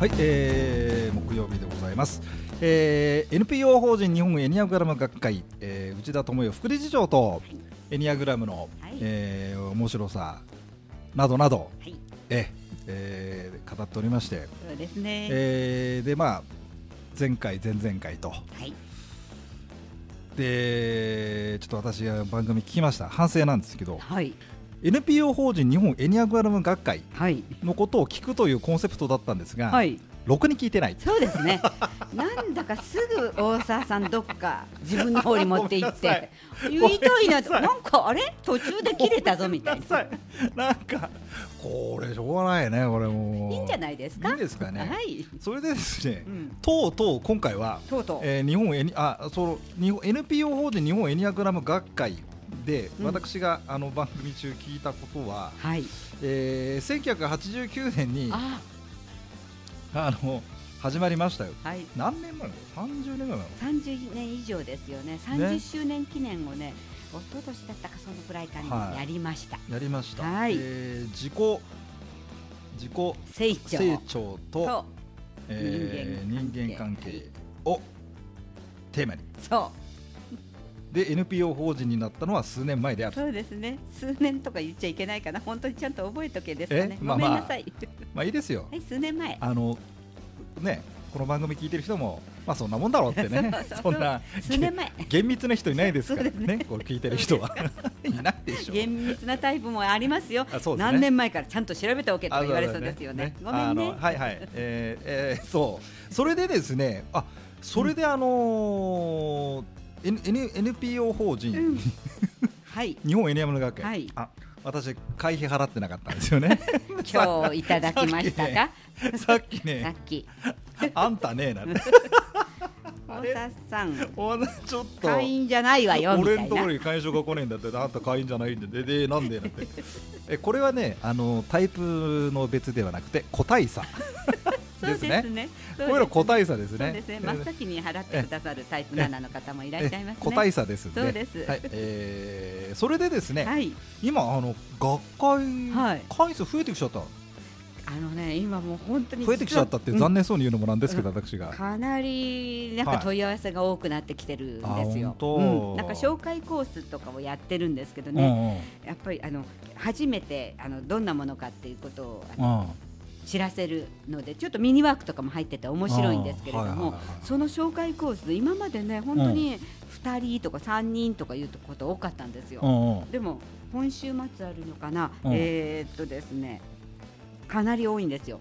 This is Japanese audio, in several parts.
はい、えー、木曜日でございます、えー、NPO 法人日本エニアグラム学会、えー、内田智代副理事長とエニアグラムの、はいえー面白さなどなど、はい、ええー語っておりまして、そうですね。えーでまあ前回前々回とはい、でちょっと私が番組聞きました反省なんですけどはい、 NPO 法人日本エニアグラム学会はい、のことを聞くというコンセプトだったんですが、はい、ろくに聞いてないそうですね。なんだかすぐ大沢さんどっか自分の方に持って行っごめんなて言いたいなとごめんなさいなんかあれ途中で切れた ぞみたいな。なんかこれしょうがないねこれもういいんじゃないですか。いいですかねはい、それでですね、うん、とうとう今回は、とうとう。えー日本エニあその日本 NPO 法人日本エニアグラム学会で、うん私があの番組中聞いたことは、はい、えー、1989年にああ、の始まりましたよはい。何年前なの30年前なの30年以上ですよね。30周年記念をね、一昨年だったかそのくらいかはにいやりました。やりました、はいえー自己自己成長成長と、とえー人人間間関関係係をテーマにそう。で NPO 法人になったのは数年前である、そうですね。数年とか言っちゃいけないかな。本当にちゃんと覚えとけですかね。えまあごめんまあなさい。まあいいですよはい、数年前。あのねこの番組聞いてる人もまあそんなもんだろうってね そうそんな数年前。げ 厳密な人いないですからそうですねこれ聞いてる人は いないでしょ厳密なタイプもありますよ。あそうですね何年前からちゃんと調べておけとか言われそうですよね。ごめあんのね。はいはい、えーえーそう、それでですね、あ、それであのー N N NPO 法人、うん。はい。日本エニアムの学会、はいあ、私会費払ってなかったんですよね。 今日いただきましたか。さっきさっね、き。 あんたねえ なって、あれ大沢さん。お前ちょっと。会員じゃないわよみた俺のいところな。に会場が来ねえんだってあんた会員じゃないんでででなんでなんてえこれはねあのタイプの別ではなくて個体 差そうでですすねね。こういうの個体差ですそうねですね。真っ先に払ってくださるタイプ7の方もいらっしゃいますね。個体差ですんでそうですはいえーそれでですね、はい。今あの学会、はい回数増えてきちゃったあのね、今もう本当に増えてきちゃったって実は残念そうに言うのもなんですけど、私が、かなりなんか問い合わせが多くなってきてるんはいですあよ本。当うんなんか紹介コースとかをやってるんですけどね、やっぱりあの初めてあのどんなものかっていうことをうあんうのんうん知らせるので、ちょっとミニワークとかも入ってて面白いんですけれどあーはいもはいはいは、いその紹介コース今までね本当に二人とか三人とかいうこと多かったんですよ。うんうんでも今週末あるのかな、うんえーっとですね、かなり多いんですよ。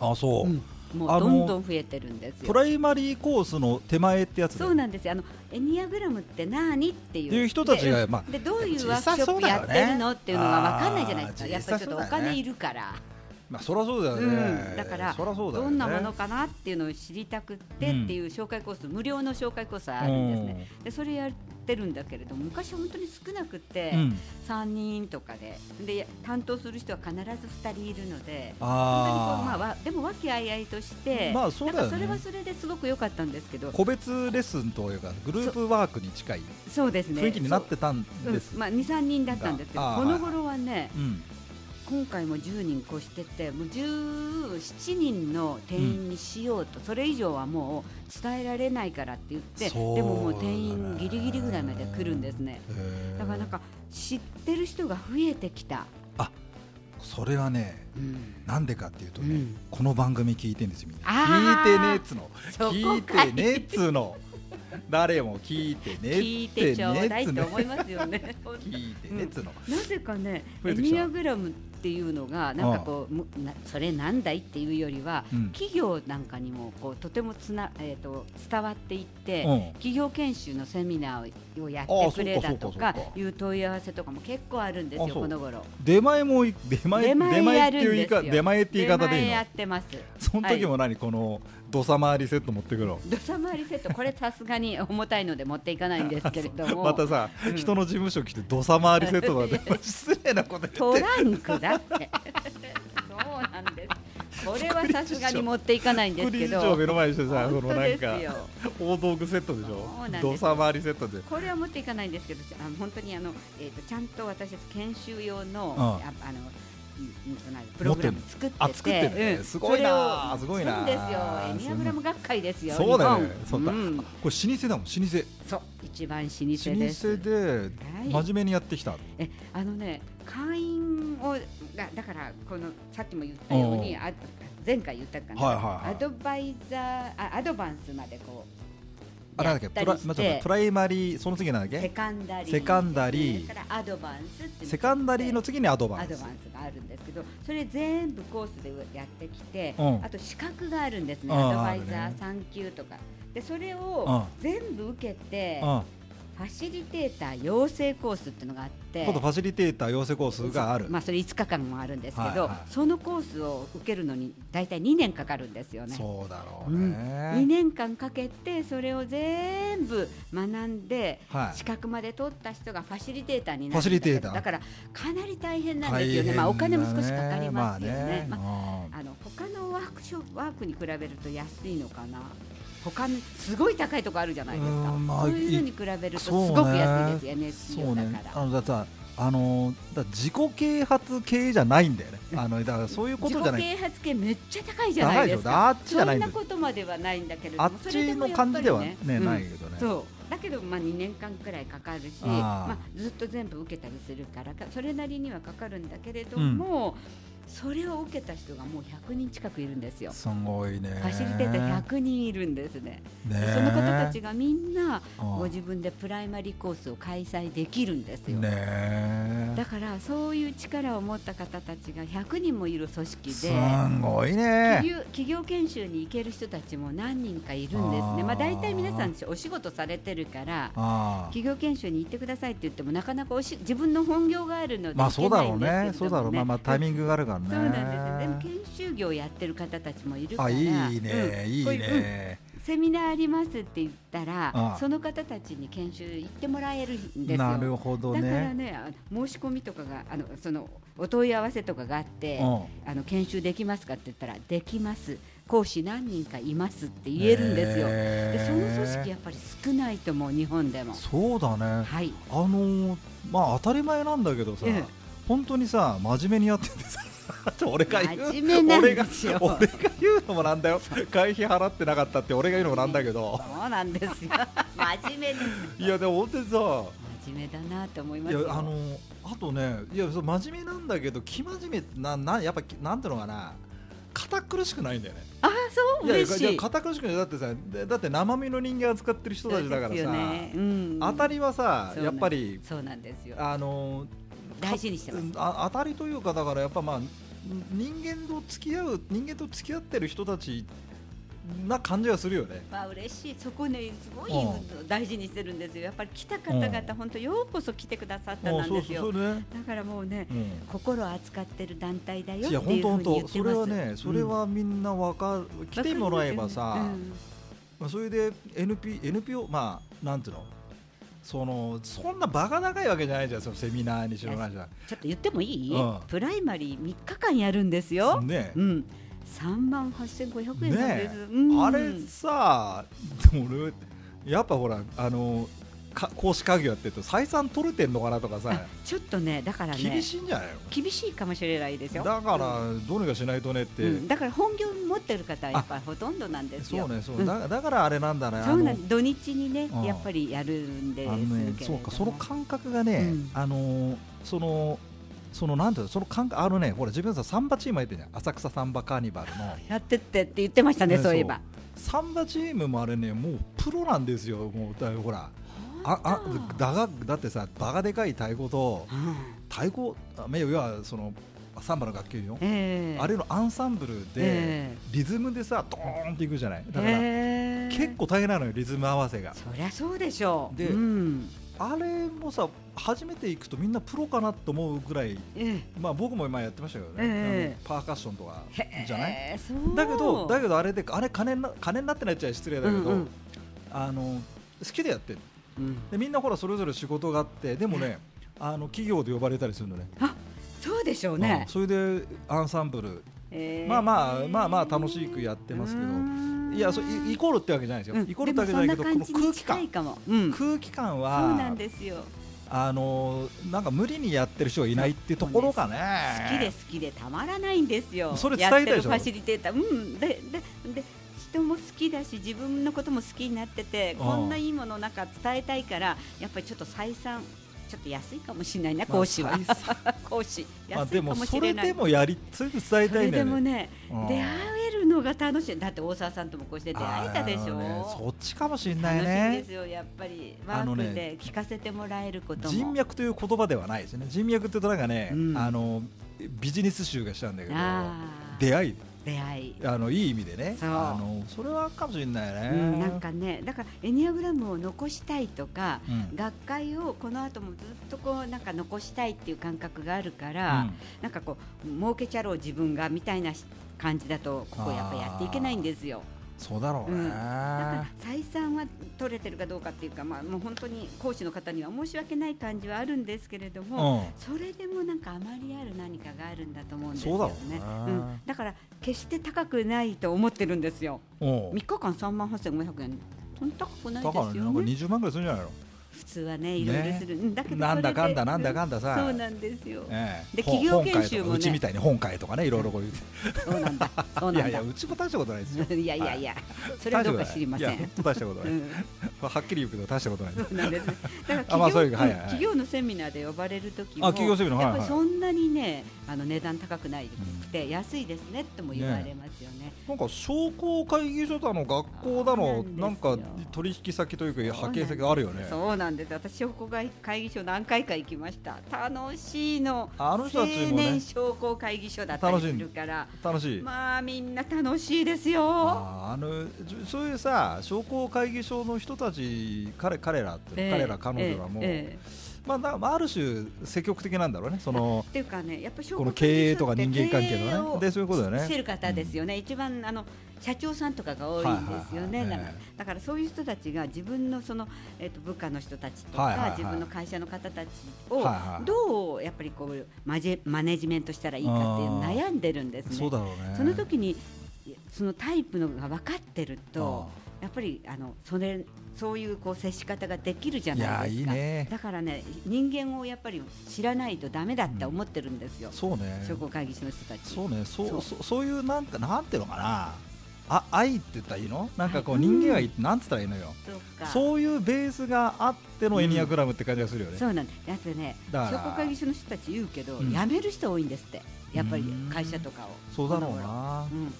あそう、うんもあうのどんどん増えてるんですよプ。ライマリーコースの手前ってやつだそうなんですよ。あのエニアグラムって何っていう。っていう人たちがでまあでどういう実ワークシ際ョそうップだやよっねてるのっていうのがわかんないじゃないであすか。ーやっぱりちょっとお実際そうだよ金ねいるから。まあそりゃそうだよね、うんだからそりゃそうだよどねんなものかなっていうのを知りたくってうんっていう紹介コース、無料の紹介コースあるんですね。でそれやってるんだけれども昔は本当に少なくてうんうん3人とかでで担当する人は必ず2人いるので。本当にこうまあああ、わでも和気あいあいとして、まあそうだよねなんかそれはそれですごく良かったんですけど、個別レッスンというかグループワークに近いそうですね。雰囲気になってたんうんです、まあ、23人だったんですけどあーこの頃はね、うん今回も10人越しててもう17人の定員にしようと、それ以上はもう伝えられないからって言ってでそうだねももう定員ギリギリぐらいまで来るんですねだからなんか知ってる人が増えてきた、それはねうんなんでかっていうとね、うんこの番組聞いてんですよみんな聞あいてーねっつのそこか聞いいてねっつの誰も聞いてねっつって 聞いてちょうだいねっつとの思いますよね本当聞いてねっつの、なぜかね増えエてきたニアグラムっていうのがなんかこうむなそれなんだいっていうよりは、うん企業なんかにもこうとてもつな、えー、と伝わっていって、うん企業研修のセミナーをやっあてあくれだとかそうかそうかそうかいう問い合わせとかも結構あるんですあよそうこの頃出前もい出前出前やってるいんう言でい方すよ出前って言い方でいい出前やのってますその時も何、この土佐回りセット持ってくの土佐回りセットこれさすがに重たいので持っていかないんですけれど もまたさ、うん人の事務所来て土佐回りセットだって 失礼なこと言っトてランクだって そうなんですこれはさすがに持っていかないんで副す理 け事長ど目の前にしてさそ本の当なんですかよ大道具セットでしそうなんですょ土よ佐回りセットでこれは持っていかないんですけど、あの本当にあの、えー、とちゃんと私たち研修用の,うんあ、あのうんうんとないプログラム作っててあ作ってるねうんすごいなそれすをごいなそうですよエニアグラム学会ですよそうだよね日そ本うだんこれ老舗だもん老舗そう一番老舗老舗ですではい真面目にやってきた、えあのね会員をだだからこのさっきも言ったようにうあ前回言ったかな、はいはいはいアドバイザーあアドバンスまでこうあなんだっけやったプりラしてまあちょっとプライマリーその次なんだっセけカンダリーセカンダリーそれからアドバンスっていうのがあってセカンダリーの次にアドバアンドスバンスがあるんですけどそれ全部コースでやってきて、うんあと資格があるんですねあーアドバイザあるねー3級とか。でそれを全部受けて、うんファシリテーター養成コースっていうのがあって今度ファシリテーター養成コースがある、まあ、それ5日間もあるんですけど、はいはいそのコースを受けるのに大体2年かかるんですよね。そうだろううん2ね、年間かけてそれを全部学んではい資格まで取った人がファシリテーターになるんだファシリテーターだからかなり大変なん大ですよ変だねまあ、お金も少しかかりますよね,、まあまあねあ、の他のワークショワークに比べると安いのかな他のすごい高いとこあるじゃないですか、うんまあそういうのに比べるとすごく安いですようんそうね NSPO だねかあら。のだってさあのだから自己啓発系じゃないんだよねあのだからそういうこ自とじゃな己い啓発系めっちゃ高いじゃないで高すいでしょあかっ。ちじゃないんだよそんなことまではないんだけれども、あっそれちものやっぱり感じではねうんないけどね、そうだけど、まあ、2年間くらいかかるしあーまあ、ずっと全部受けたりするからかそれなりにはかかるんだけれども、それを受けた人がもう100人近くいるんですよ。すごいねファシリテーター100人いるんですね。ねその方たちがみんなうんご自分でプライマリーコースを開催できるんですよ。ねえだからそういう力を持った方たちが100人もいる組織すで。ごい企ね業企業研修に行ける人たちも何人かいるんですあね、ーまあ、大体皆さんお仕事されてるからああ企業研修に行ってくださいって言ってもなかなかおし自分の本業があるのでまあ行そけうだないろうんですけれども、ねねそうだろうまあまあタイミングがあるからねそうなんですよでも研修業やってる方たちもいるからあいいねうんいいこううねんセミナーありますって言ったらああその方たちに研修行ってもらえるんですよなるほどだからねねあの申し込みとかがあのそのお問い合わせとかがあって、うあの研修できますかって言ったらできます講師何人かいますって言えるんですよ、へでえその組織やっぱり少ないと思う日本でもそうだねはいあのーまあ当たり前なんだけどさ、ええ本当にさ真面目にやっててさ 俺が言う真面目なん俺がですよ俺が言うのもなんだよ会費払ってなかったって俺が言うのもなんだけどそうなんですよ 真面目ですいやでも本当にさ真面目だなと思いまいすやよあのーあとねいやそう真面目なんだけど生真面目ななやっぱなんていうのかな堅苦しくないんだよねあそうや嬉しいやや堅苦しくないだってさでだって生身の人間扱ってる人たちだからそうですよさ、ねうん当たりはさそうやなっんぱりそうなんですよあのー大事にしてますかあ当たりというかだからやっぱまあ人間と付き合う人間と付き合ってる人たちな感じがするよね。まあ嬉しいそこねすごいうん大事にしてるんですよやっぱり来た方々、うん本当ようこそ来てくださったもなうんそうですよそうそれね。だからもうねうん心を扱ってる団体だよいっていやうふうに本当本言っ当てそまれすはねそれはみんなわかる、来てもらえばさ、まあそれで NP NPO まあなんていうのそのそんなバカ長いわけじゃないじゃんそのセミナーにしろなんじゃちょっと言ってもいい、うんプライマリー3日間やるんですよ、ねう、ん、3万8500円なんです、ねうんあれさ俺やっぱほらあのか講師会議やってると採算取れてんのかなとかさあちょっとねだからね厳しいんじゃないの厳しいかもしれないですよだからどうにかしないとねって、うんうんだから本業持ってる方はやっぱりほとんどなんですそようねそう、んだだからあれなんだねそうなあん土日にねうんやっぱりやるんですのあのねけれどそうもかその感覚がね、うんあのそのそのなんていうのその感覚あのねほら自分さサンバチームやってんじゃん浅草サンバカーニバルのやってってって言ってましたねねそういえばサンバチームもあれねもうプロなんですよもうだほらああだがだってさバカでかい太鼓とうん太鼓あまあ要はそのサンバの楽器よ、ええあれのアンサンブルで、えリズムでさドーンっていくじゃないだから、ええ結構大変なのよリズム合わせがそりゃそうでしょうでうんあれもさ初めて行くとみんなプロかなと思うぐらいえまあ僕も今やってましたけどね、ええあのパーカッションとかえじゃないへえそうだけどだけどあれであれ金にな金になってないっちゃ失礼だけど、うんうんあの好きでやってるうんでみんなほらそれぞれ仕事があってでもねあの企業で呼ばれたりするのねそうでしょうねうん、それでアンサンブルえーまあまあまあまあ楽しくやってますけどうーんいやそうイイコールってわけじゃないですよ、うんイコールってわけじゃないけどでこものそんな空気感じに近感いかもうんそう空気感なんはですよあのなんか無理にやってる人がいないっていうところがね好きで好きでたまらないんですよ。それ伝えたいでしょやってるファシリテーター、うん、で、で、で、人も好きだし、自分のことも好きになってて、うんこんないいものなんか伝えたいから、やっぱりちょっと採算。ちょっと安いかもしれないな、まあ講師は採算。 講師、まあ安でいかももしそれれないで。もやりそれで伝えそたいれんだでよもね。ね、うん出会えるのが楽しい。だって大沢さんともこうして出会えたでしょ。あーねそっちかもしれな楽しいいねです。よ、やっぱり。あワのーねクで聞かせてもらえることも。人脈という言葉ではないですね。人脈って言うとなんかね、うんあのビジネス集がしたんだけど、あー出会い出会い。あのいい意味でね。そうあのそれはかもしれないね。うんなんかねだからエニアグラムを残したいとか、うん学会をこの後もずっとこうなんか残したいっていう感覚があるかうら、んなんかこう儲けちゃろう自分がみたいなし感じだとここやっぱやっていけないんですよそうだろうね。うんだだから採算は取れてるかどうかっていうか、まあ、もう本当に講師の方には申し訳ない感じはあるんですけれどうも、んそれでもなんかあまりある何かがあるんだと思うんですそうだよろうねねん、だから決して高くないと思ってるんですよおう3日間3万8500円そんなだ高くないでからすねよなんかね20万ぐらいするんじゃないの普通はねいろいろする、うんだけどなんだかんだなんだんかんださそうなんですよええでほ企業研修も本会とかうねちみたいに本会とかねいろいろこういうそうなんだそういなやんいやだうちも大したことないですよいやいやいやそれはどうか知りませいやん本当大したことなうい、んはっきり言うけど大したことないですそうなんですねだからあまあ企業,、そういうはいはいはい企業のセミナーで呼ばれる時もあ企業セミナーはいやっはいぱりそんなにねあの値段高くないくて、安いですねとも言われますよねなんか商工会議所だの学校だのそなうなんんですよか取引先というか派遣先があるよねそうなんです私商工会会議所何回か行きました楽しいのあの人たちも青ね年商工会議所だったりするから楽しい、まあみんな楽しいですよあーあのじゅそういうさ商工会議所の人たち彼彼らって、ええ彼ら彼女らも、えええまあなまあある種積極的なんだろうねそのえっていうかねやっぱりこの経営とか人間関係ののねでそういうことだよねしてる方ですよね、一番あの社長さんとかが多いんですよね、はいはいはいだからだからそういう人たちが自分のその、えっと部下の人たちとか、はいはいはい自分の会社の方たちはいをはいどうやっぱりこうマジマネジメントしたらいいかっていうあー悩んでるんですね。そうだろうねその時にそのタイプのが分かってるとあやっぱりあのそれそういうこう接し方ができるじゃいやないーですかいいねだからね人間をやっぱり知らないとダメだって思ってるんですよ、そうね商工会議所の人たちそうねそうそそううそういうなんかなんていうのかなあ愛って言ったらいいのなんかこうはい人間愛ってなんつったらいいのよ、そうかそういうベースがあってのエニアグラムって感じがするよね、そうなんだだってねだから商工会議所の人たち言うけど、うん辞める人多いんですってやっぱりうん会社とかをそうだろうこの頃なうん、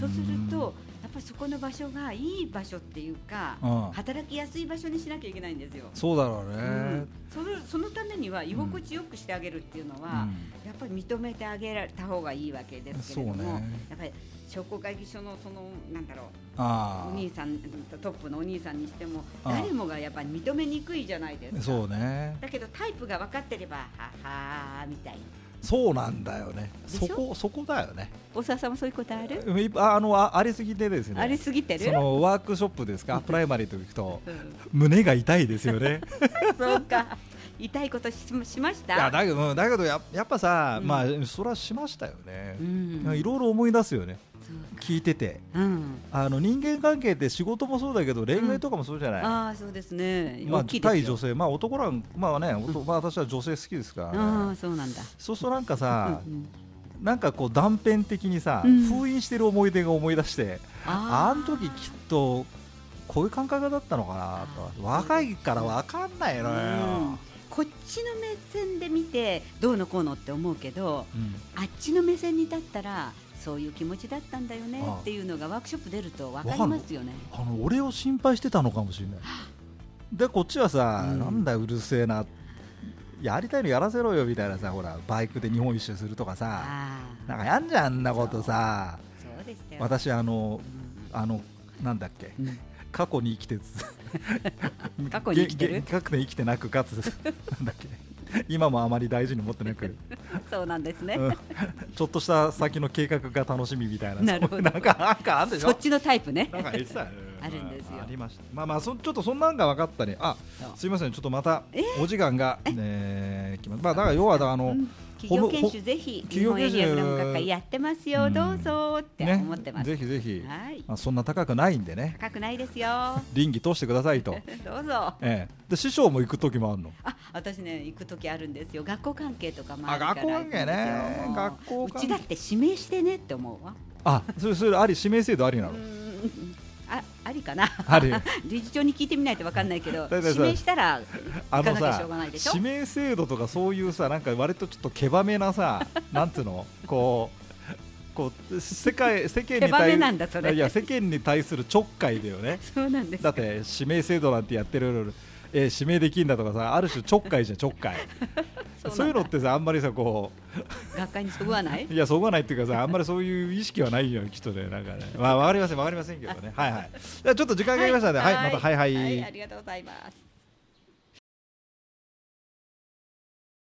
そうするうんとやっぱりそこの場所がいい場所っていうか、うん働きやすい場所にしなきゃいけないんですよそうだろうね、うんそのそのためには居心地よくしてあげるっていうのは、うんやっぱり認めてあげられた方がいいわけですけれどそうも、ねやっぱり商工会議所のそのなんだろうあお兄さんトップのお兄さんにしてもああ誰もがやっぱり認めにくいじゃないですあか。そうねだけどタイプが分かってればははーみたいなそうなんだよねでしそょこそこだよね大沢さんもそういうことある、うんいっぱいああのあありすぎてですねありすぎてるそのワークショップですかプライマリーと行くとうん胸が痛いですよ ねそうか痛いことししましいやただけどうんだけどややっぱさ、うんまあそれはしましたよねう、んいろいろ思い出すよねそう聞いててうんあの人間関係って仕事もそうだけど恋愛とかもそうじゃない、ああそうですね、まあ、大きいです対よ女性、まあ、男らん、まあね、男まあ、私は女性好きですからね、ああそうなんだそうするとなんかさう、んうんなんかこう断片的にさ、うん封印してる思い出が思い出して、ああーの時きっとこういう感覚だったのかなと、若いから分かんないのよ、こっちの目線で見てどうのこうのって思うけどうんあっちの目線に立ったらそういう気持ちだったんだよねああっていうのがワークショップ出ると分かりますよね。あの俺を心配してたのかもしれない。でこっちはさ、うんなんだようるせえなやりたいのやらせろよみたいなさほらバイクで日本一周するとかさああなんかやんじゃんあんなことさそうでしたよ。私あのうんあのなんだっけうん過去に生きてつ過去に生きてるげ げ過去に生きてなくかつ なんだっけ今もあまり大事に持ってなく、そうなんですね。うんちょっとした先の計画が楽しみみたいな なるそほどういうなんかなんかあるでしそょっちのタイプね。なん か言ってたよねあるんですよありましたまあまあそちょっとそんなんが分かったねあそうすいませんちょっとまたお時間がね来ますまあだから要はあの、うん企業研修ぜひ日本エリアグラム学会やってますよ、うんどうぞってね思ってます、ぜひぜひ、はいまあ、そんな高くないんでね高くないですよ 倫理通してくださいとどうぞええで師匠も行く時もあるのあ、私ね行く時あるんですよ。学校関係とかもああるから。学校関係ね行くんですよ学校関うちだって指名してねって思うわ。あそれそれあり指名制度ありなうの、ーんあ、ありかな。あり 理事長に聞いてみないとわかんないけど、だってさ指名したらあ行かのなきゃしょさうがないでしょ指。名制度とかそういうさなんか割とちょっとけばめなさ なんつうのこうこう世界世間手にバメ対なんだそれ。いや世間に対するちょっかいだよねそうなんです。だって指名制度なんてやってる、えー指名できんだとかさある種ちょっかいじゃんちょっかいそそうなんだういうのってさあんまりさこ学会にそぐ わない。ういやそぐわないっていうかさあんまりそういう意識はないよきっとねなんかねまあわかりませんわかりませんけどねはいはいじゃあちょっと時間がかかりましたのではい、またはいはいありがとうございます。